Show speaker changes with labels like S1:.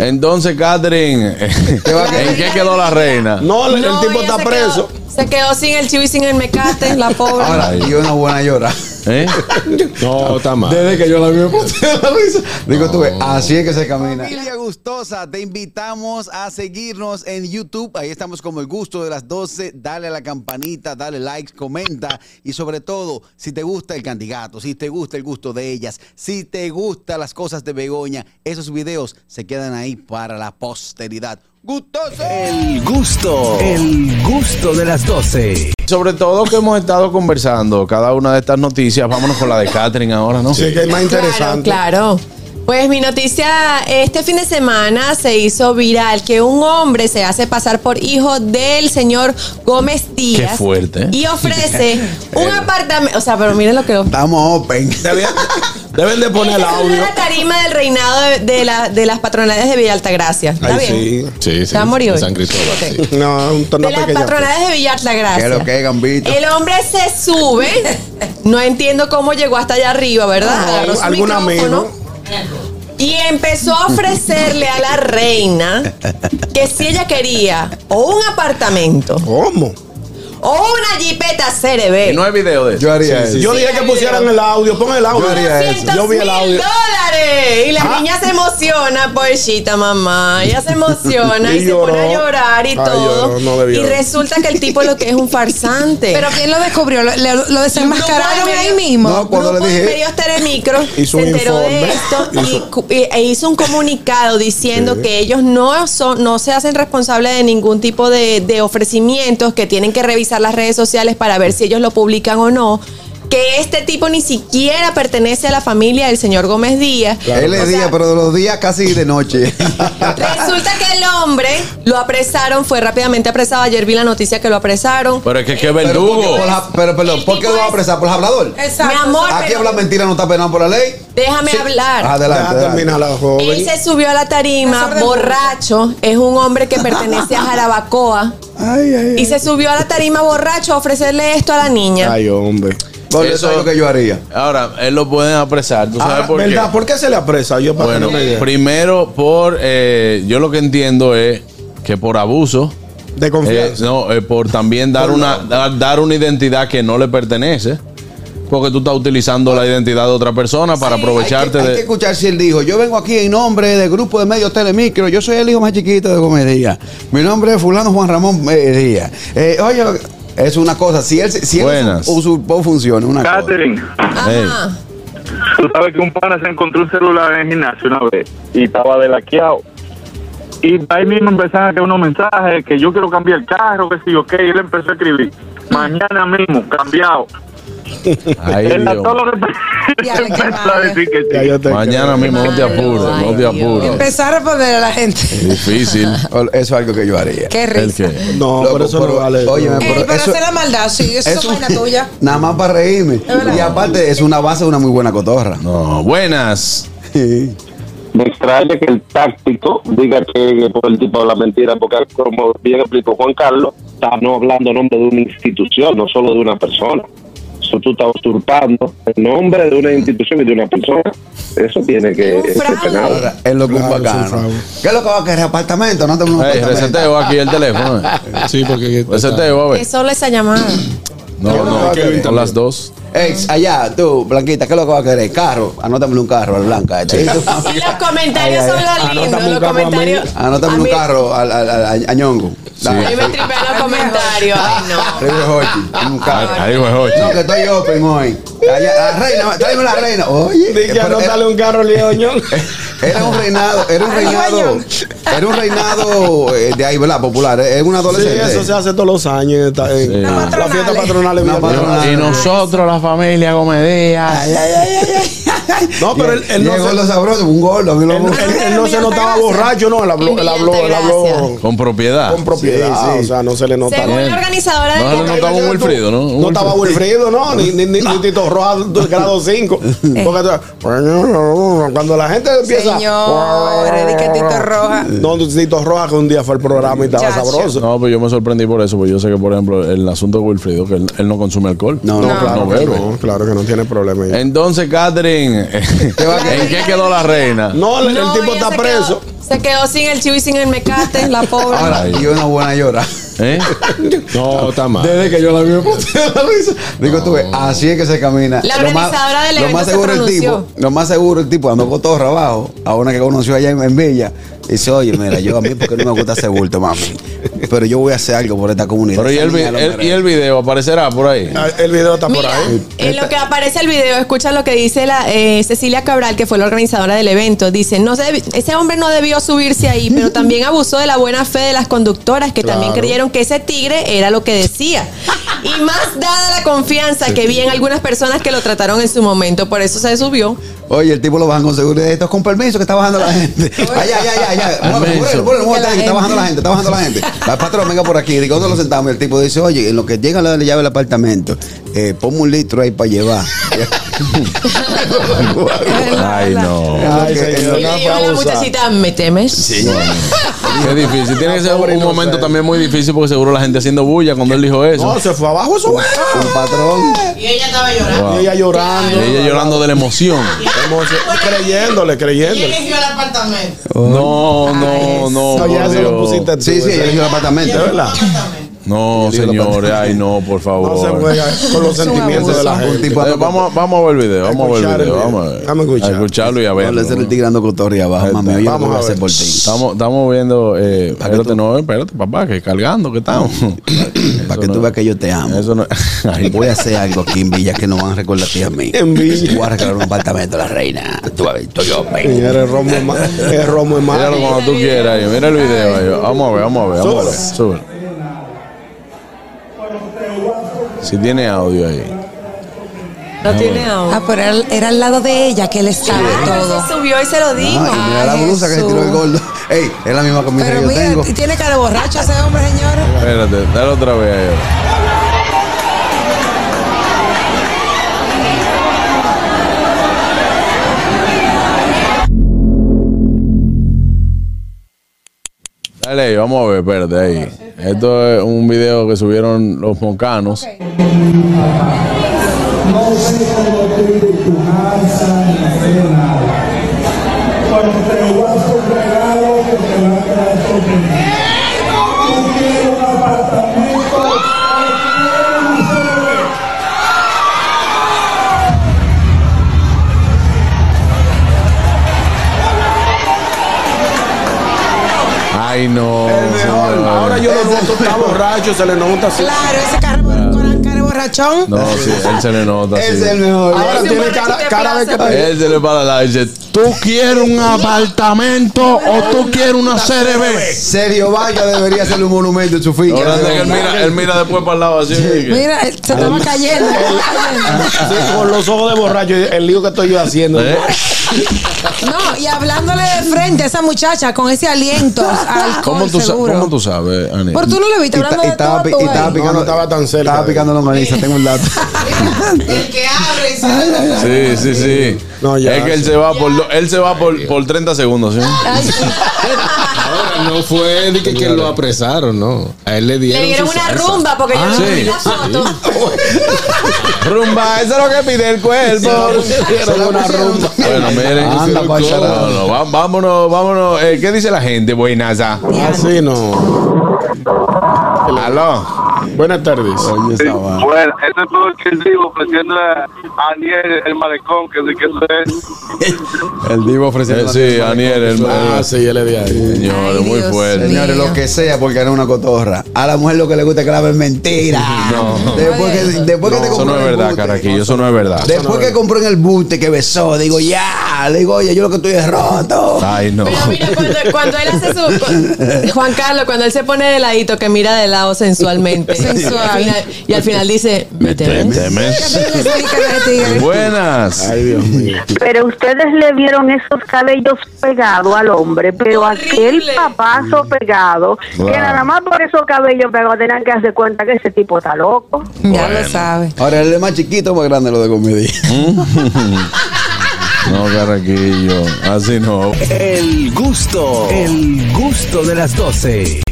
S1: Entonces, Catherine, ¿en qué quedó la reina?
S2: No, el, el
S3: No,
S2: tipo
S3: ella
S2: está
S3: se
S2: preso.
S3: quedó- se quedó sin el chivo y sin el mecate, la pobre.
S4: Ahora, y una buena llora.
S1: ¿Eh?
S2: No, está mal.
S4: Desde que yo la vi me puse la risa. Digo tú, así es que se camina. Familia gustosa, te invitamos a seguirnos en YouTube. Ahí estamos como el gusto de las 12. Dale a la campanita, dale like, comenta. Y sobre todo, si te gusta el candidato, si te gusta el gusto de ellas, si te gustan las cosas de Begoña, esos videos se quedan ahí para la posteridad. ¡Gustoso!
S5: El gusto, el gusto de las 12.
S1: Sobre todo que hemos estado conversando cada una de estas noticias. Vámonos con la de Catherine ahora, ¿no?
S2: Sí, que es más interesante.
S3: Claro, claro. Pues mi noticia, este fin de semana se hizo viral que un hombre se hace pasar por hijo del señor Gómez Díaz.
S1: Qué fuerte, ¿eh?
S3: Y ofrece un apartamento. O sea, pero miren lo que ofrece.
S4: Estamos open.
S2: Deben, deben de poner el
S3: Esta es una de
S2: audio.
S3: la tarima del reinado de, de la- de las patronales de Villa Altagracia. ¿Está
S2: Ay,
S3: bien?
S2: sí.
S6: Sí, sí.
S3: ¿Se va a morir hoy?
S6: San Cristóbal,
S3: Ok.
S6: sí.
S2: No, un tono
S3: de las
S2: pequeño.
S3: patronales de Villa Altagracia.
S4: Que lo que es, Gambito.
S3: El hombre se sube. No entiendo cómo llegó hasta allá arriba, ¿verdad?
S2: No,
S3: Agarró su
S2: algún
S3: micrófono
S2: amigo.
S3: Y empezó a ofrecerle a la reina que si ella quería o un apartamento
S2: ¿Cómo?
S3: o una jipeta
S1: Y no
S3: cerebel.
S1: hay video de eso.
S4: Yo haría eso.
S2: Yo dije que pusieran el audio. Pon el audio.
S4: Yo haría eso.
S2: Yo vi el
S3: mil
S2: audio. Ah.
S3: dólares. Y la niña se emociona, pobrecita mamá. Ella se emociona y,
S2: Y
S3: se pone
S2: lloró.
S3: a llorar y
S2: Ay,
S3: todo.
S2: lloró, no debió.
S3: y resulta que el tipo lo que es un
S4: Eh.
S3: farsante.
S7: Pero ¿quién lo descubrió? ¿Lo, lo- lo
S3: Un
S7: desenmascararon
S3: grupo de
S7: ahí
S3: medio-
S7: mismo?
S4: No, cuando le
S3: grupo de
S4: dije-
S3: medios telemicro
S2: Hizo
S3: se
S2: un
S3: enteró de
S2: informe.
S3: esto y cu- y, e hizo un comunicado diciendo que ellos no son, no se hacen responsables de ningún tipo de, de ofrecimientos, que tienen que revisar las redes sociales para ver si ellos lo publican o no. Que este tipo ni siquiera pertenece a la familia del señor Gómez Díaz.
S4: Él es
S3: O sea,
S4: día, pero de los días casi de noche.
S3: Resulta que el hombre lo apresaron, fue rápidamente apresado. Ayer vi la noticia que lo apresaron.
S1: Pero es que qué
S4: pero, porque
S1: verdugo.
S4: por la- pero, perdón, ¿por qué lo va a apresar? ¿Por el hablador?
S3: Mi amor,
S4: Aquí
S3: pero
S4: habla Ah, mentira, no está penado por la ley.
S3: déjame hablar.
S4: Adelante.
S2: Ya
S4: adelante.
S2: termina la
S3: Él
S2: joven.
S3: se subió a la tarima,
S7: Desorden
S3: borracho. Es un hombre que pertenece a Jarabacoa. Y se subió a la tarima borracho a ofrecerle esto a la niña.
S2: Ay, hombre.
S4: Por
S1: Eso-
S4: eso es lo que yo Ah, haría.
S1: Ahora, él lo pueden apresar. ¿Tú sabes
S2: Ahora,
S1: por qué?
S2: ¿verdad? ¿Por qué se le apresa? Yo para
S1: Bueno,
S2: que no me llegue.
S1: primero por, eh, yo lo que entiendo es que por abuso,
S2: De
S1: eh,
S2: confianza.
S1: no, eh, por también dar una, dar, dar una identidad que no le pertenece, porque tú estás utilizando la identidad de otra persona para aprovecharte
S4: hay que, hay que
S1: de...
S4: escuchar si él dijo, yo vengo aquí en nombre del grupo de medios Telemicro, yo soy el hijo más chiquito de Gómez Díaz. Mi nombre es fulano Juan Ramón eh, Díaz. Eh, oye, es una cosa, si él, si él
S1: Buenas.
S4: usurpó funciones, una cosa.
S8: Catherine,
S3: Ajá.
S8: tú sabes que un pana se encontró un celular en el gimnasio una vez y estaba delaqueado. Y ahí mismo empezaron a caer unos mensajes que yo quiero cambiar el carro, que sí, ok. Y él empezó a escribir, mañana mismo, cambiado.
S1: Ay,
S8: Él a
S1: Dios.
S8: todo lo que
S7: Ya, qué
S8: empezó a
S7: madre.
S8: decir que
S2: Ya
S8: sí.
S2: yo te
S1: Mañana mismo no te apures, no te
S3: Ay, Dios.
S1: apures.
S7: Empezar a responder a la gente.
S1: Difícil.
S4: Eso es algo que yo haría.
S7: Qué
S1: ¿El
S7: risa.
S1: qué?
S2: No,
S4: Loco,
S2: por eso
S4: pero-
S2: no vale.
S4: óyeme,
S2: No.
S7: Ey,
S4: Pero
S7: pero
S4: eso-
S7: esa es la maldad, sí. Eso es
S4: Eso-
S7: vaina tuya.
S4: Nada más para reírme. Y aparte, es una base de una muy buena cotorra.
S1: No, buenas.
S8: Me extraña que el táctico diga que por el tipo de la mentira, porque como bien explicó Juan Carlos, estamos hablando en nombre de una institución, no solo de una persona. Eso tú estás usurpando el nombre de una institución y de una persona. Eso tiene que
S3: Un
S8: ser
S3: fraude.
S8: penado.
S4: Ahora, es lo
S2: Claro,
S4: que un
S2: es un
S4: bacano.
S2: fraude.
S4: ¿Qué es lo que va a querer? ¿Apartamento? No tengo un
S1: Ey,
S4: apartamento.
S1: reseteo aquí el teléfono. eh.
S6: Sí, porque.
S1: Reseteo, a
S3: Que
S1: ver.
S3: solo esa llamada.
S1: No, no, son las dos.
S4: Ex, allá, tú, Blanquita, ¿qué es lo que va a querer? Carro. Anótame un carro al Blanca. este. Y tú-
S3: Y los comentarios
S4: Ay, ay,
S3: son
S2: anótame
S3: los lindos.
S2: un
S3: Los
S2: carro a mí.
S3: comentarios.
S4: Anótame
S3: A
S4: un
S3: mí-
S4: carro al, al, al- a Ñongo.
S3: A mí
S4: Dale.
S3: me tripean los comentarios. Ay, no.
S4: Arriba el Hochi, dame un carro.
S1: Ahí ahí fue Jochi.
S4: No, que estoy open hoy. Allá, la reina, tráeme la reina. Oye,
S2: Dije,
S4: pero eh, era,
S2: anótale un carro, leoño.
S4: era un reinado, era un reinado, era un reinado eh, de ahí, ¿verdad? Popular, es un
S2: Sí,
S4: adolescente.
S2: eso se hace todos los años. en esta- en La fiesta patronal de
S4: Una
S2: Villa
S4: patronal.
S2: Altagracia.
S1: Y nosotros, la familia Gomedía.
S2: No, pero él, él no
S4: Llegó
S2: se,
S4: lo sabroso, un gordo. que lo-
S2: él- él- él no se notaba borracho, no, él habló, él habló, él habló
S1: Con propiedad.
S2: con propiedad,
S4: Sí, sí.
S2: o sea, no se le notaba.
S3: Según la organizadora
S1: No,
S3: del
S1: no, no estaba un Wilfrido, ¿no? Un
S2: No estaba Wilfrido, no, ni, ni, ni, ni Tito Rojas del grado 5.
S7: Eh.
S2: Cuando la gente empieza.
S7: Señores, di que Tito Roja.
S2: No, Tito Rojas que un día fue al programa y estaba
S7: Chacho.
S2: sabroso.
S1: No, pues yo me sorprendí por eso, porque yo sé que, por ejemplo, el asunto de Wilfrido, que él, él no consume alcohol.
S4: No, no,
S2: claro,
S1: no
S2: que
S1: bebe. Eh.
S2: no, claro que no tiene problema. ahí.
S1: Entonces, Catherine,
S4: va a
S1: ¿en qué quedó la reina?
S2: No, el, el
S3: No,
S2: tipo
S3: ella
S2: está
S3: se
S2: preso.
S3: quedó- Se quedó sin el chivo y sin el mecate, la pobre.
S4: Ahora, y una buena llora.
S1: ¿Eh?
S2: No, está mal.
S4: Desde que yo la vi me puse la risa. Digo tú, ves, así es que se camina.
S3: La
S4: Lo más-
S3: organizadora del
S4: lo
S3: evento
S4: más
S3: se
S4: seguro el
S3: pronunció.
S4: tipo, Lo más seguro el tipo andó cotorra abajo a una que conoció allá en, en Villa. Y dice, oye, mira, yo a mí porque no me gusta ese bulto, mami. Pero yo voy a hacer algo por esta comunidad.
S1: Pero y
S4: Esa
S1: el, vi-
S4: niña lo
S1: el- y
S4: merece.
S1: el video aparecerá por ahí.
S2: Ah, El video está por
S3: Mira,
S2: ahí. Este-
S3: en lo que aparece el video, escucha lo que dice la eh, Cecilia Cabral, que fue la organizadora del evento. Dice, no se debi- ese hombre no debió subirse ahí, pero también abusó de la buena fe de las conductoras, que también
S2: Claro.
S3: creyeron que ese tigre era lo que decía. Y más dada la confianza que vi en algunas personas que lo trataron en su momento, por eso se subió.
S4: Oye, el tipo lo bajan con seguridad. Esto es con permiso que está bajando la gente. Ay, ay, ay, ay, ay. Muévelo, muévelo, muévelo, muévelo, que está bajando la gente, está bajando la gente. Va, Patrón, venga por aquí. Digo, ¿dónde lo sentamos? Y el tipo dice, oye, en lo que llega la llave del apartamento, eh, ponme un litro ahí para llevar.
S1: Ay, no.
S2: Ay,
S4: que-
S2: señor,
S4: Pero
S3: Y
S2: no
S3: le
S2: fue
S3: dijo a la
S2: abusar.
S3: muchachita, ¿me temes?
S1: Qué difícil. Tiene que ser
S2: Pobre
S1: un
S2: inocente.
S1: momento también muy difícil porque seguro la gente haciendo bulla cuando él dijo eso.
S2: No, se fue abajo eso. güey.
S4: Un patrón.
S3: Y ella estaba llorando.
S2: Y ella
S1: Y
S2: llorando.
S1: ella llorando de la emoción.
S2: Emoción- Creyéndole, creyéndole.
S7: eligió el apartamento.
S1: No, no, no.
S2: No,
S1: por
S2: ya se lo
S1: Dios.
S2: pusiste tú,
S4: Sí, sí,
S2: ese.
S4: ella eligió el
S2: De
S4: apartamento.
S2: verdad.
S1: No, señores. Ay, no,
S2: No
S1: por
S2: se
S1: favor.
S2: juega con los sentimientos de la
S4: abuso.
S2: gente.
S4: tipo
S1: Eh,
S4: anda-
S1: vamos, vamos a ver el video. Vamos a ver el
S2: escuchar el
S1: video.
S2: video.
S1: Vamos a, ver.
S2: Vamos a escuchar.
S1: A escucharlo y a
S4: Ponle
S1: verlo.
S4: ser el tigre ando cotorri abajo, mami. Oye, lo que
S2: Vamos
S4: voy a
S2: a
S4: hacer
S2: ver.
S4: por ti.
S1: Estamos, estamos viendo. Eh, espérate, no, espérate, papá, que cargando, que estamos.
S4: Para que
S1: Eso
S4: tú
S1: no-
S4: veas que yo te amo.
S1: Eso no. Ay,
S4: Voy a hacer algo aquí en Villa que no van a recordar a ti a mí.
S2: En Villa.
S4: Voy a regalar un apartamento a la reina. Tú vas a ver, estoy yo, ven.
S2: Señores, el romo es ma- el romo es
S1: Míralo
S2: malo.
S1: como tú quieras. ahí. Mira el video. ahí. Vamos a ver, vamos a ver. Vamos a ver. Súbelo. Si tiene audio ahí.
S3: No tiene
S7: Ah,
S3: agua.
S7: pero era, era al lado de ella que él estaba todo.
S3: Se subió y se lo dijo.
S4: Ah, y mira la
S7: Ay,
S4: blusa que se tiró el
S7: Jesús.
S4: gordo. Ey, es la misma camisa
S7: Pero
S4: que yo
S7: mira,
S4: tengo.
S7: y tiene cara de borracho ese hombre, señores.
S1: Espérate, dale otra vez ahí. ahora. Dale ahí, vamos a ver, espérate ahí. Esto es un video que subieron los moncanos.
S6: No sé cómo te empujanza ni hacer nada. Pero te voy a hacer un regalo que te va a quedar sorprendido. Tú quieres un apartamento. o quieres un solo-
S1: Ay, no. señor.
S2: Ahora yo lo noto, está borracho, se le nota así.
S7: Claro, ese cara, con cara de borrachón.
S1: No, sí, él se le nota.
S4: Ese
S1: sí.
S4: es el mejor.
S2: Ahora
S3: Ese
S2: tiene
S3: borracho
S2: cara,
S3: te
S2: cara de que
S3: aplaza.
S4: Eh.
S1: Él se le para la dice, ¿tú quieres un apartamento o tú quieres una CRB?
S4: Serio, vaya, debería hacerle un monumento en su finca.
S1: Ahora que él
S4: Dios.
S1: mira, él mira después para el lado así. ¿Eh?
S7: Mira, él se estaba cayendo.
S2: Sí, con los ojos de borracho, el lío que estoy yo haciendo.
S1: ¿Eh?
S7: No, y hablándole de frente a esa muchacha con ese aliento al
S1: ¿Cómo, tú sa-
S7: seguro.
S1: cómo tú sabes, eh, Ani?
S7: Pero tú no lo viste
S4: Y,
S7: hablando
S4: ta- y
S7: de
S4: estaba, pi-
S7: todo,
S4: y
S7: tú,
S4: estaba
S7: eh.
S4: picando.
S2: No, no estaba tan cerca.
S4: Estaba picando longaniza, tengo un dato.
S7: El que abre y se-
S1: Sí, sí, sí.
S2: No, ya,
S1: es que él
S2: sí.
S1: se va por, do- él se va por, por 30 segundos, ¿sí?
S9: Ahora no fue de que, que lo apresaron, no. A él le dieron.
S3: Le dieron
S9: su
S3: una
S9: salsa.
S3: rumba porque yo
S1: Ah,
S3: no vi
S1: sí.
S3: la foto.
S1: Rumba, eso es lo que pide el cuerpo.
S4: una rumba.
S1: Ah, Bueno, miren.
S4: Anda, pa' allá.
S1: No, no, va- vámonos, vámonos. Eh, ¿Qué dice la gente, ah. buenaza?
S2: Así no.
S1: Aló.
S2: Buenas tardes.
S4: Oye, esa va.
S8: Bueno, eso es todo lo que él dijo ofreciendo a Daniel el malecón, que sí que eso es.
S4: El divo
S1: Eh,
S4: ofreciendo.
S1: sí, Aniel, el,
S9: Ah,
S1: el-
S9: sí, ya le di ahí.
S1: señor,
S7: Ay,
S1: muy
S7: Dios
S1: fuerte.
S7: mío.
S4: Señores, lo que sea, porque era una cotorra. A la mujer lo que le gusta es que la ven mentira.
S1: No.
S4: Después que, después que te
S1: Eso
S4: compró
S1: no es
S4: el
S1: verdad,
S4: embute.
S1: Caraquillo, eso no es verdad.
S4: Después que compró en el buste que besó, digo, ya. Le digo, oye, yo lo que estoy es roto.
S1: Ay, no.
S3: Pero mira, cuando, cuando él hace su. cu- Juan Carlos, cuando él se pone de ladito, que mira de lado sensualmente.
S7: Sensual.
S3: Y al final, y al final dice: ¿Me temes?
S1: Temes.
S7: Pero ese cara de tigre.
S1: Buenas.
S10: Pero ustedes le vieron esos cabellos pegados al hombre, pero
S3: Horrible.
S10: aquel papazo pegado,
S1: Wow.
S10: que nada más por esos cabellos pegados tenían que hacer cuenta que ese tipo está loco.
S7: Ya
S1: Bueno.
S7: lo sabe.
S4: Ahora él es más chiquito, más grande lo de comedia.
S1: No, Caraquillo, así no.
S5: El gusto, el gusto de las doce.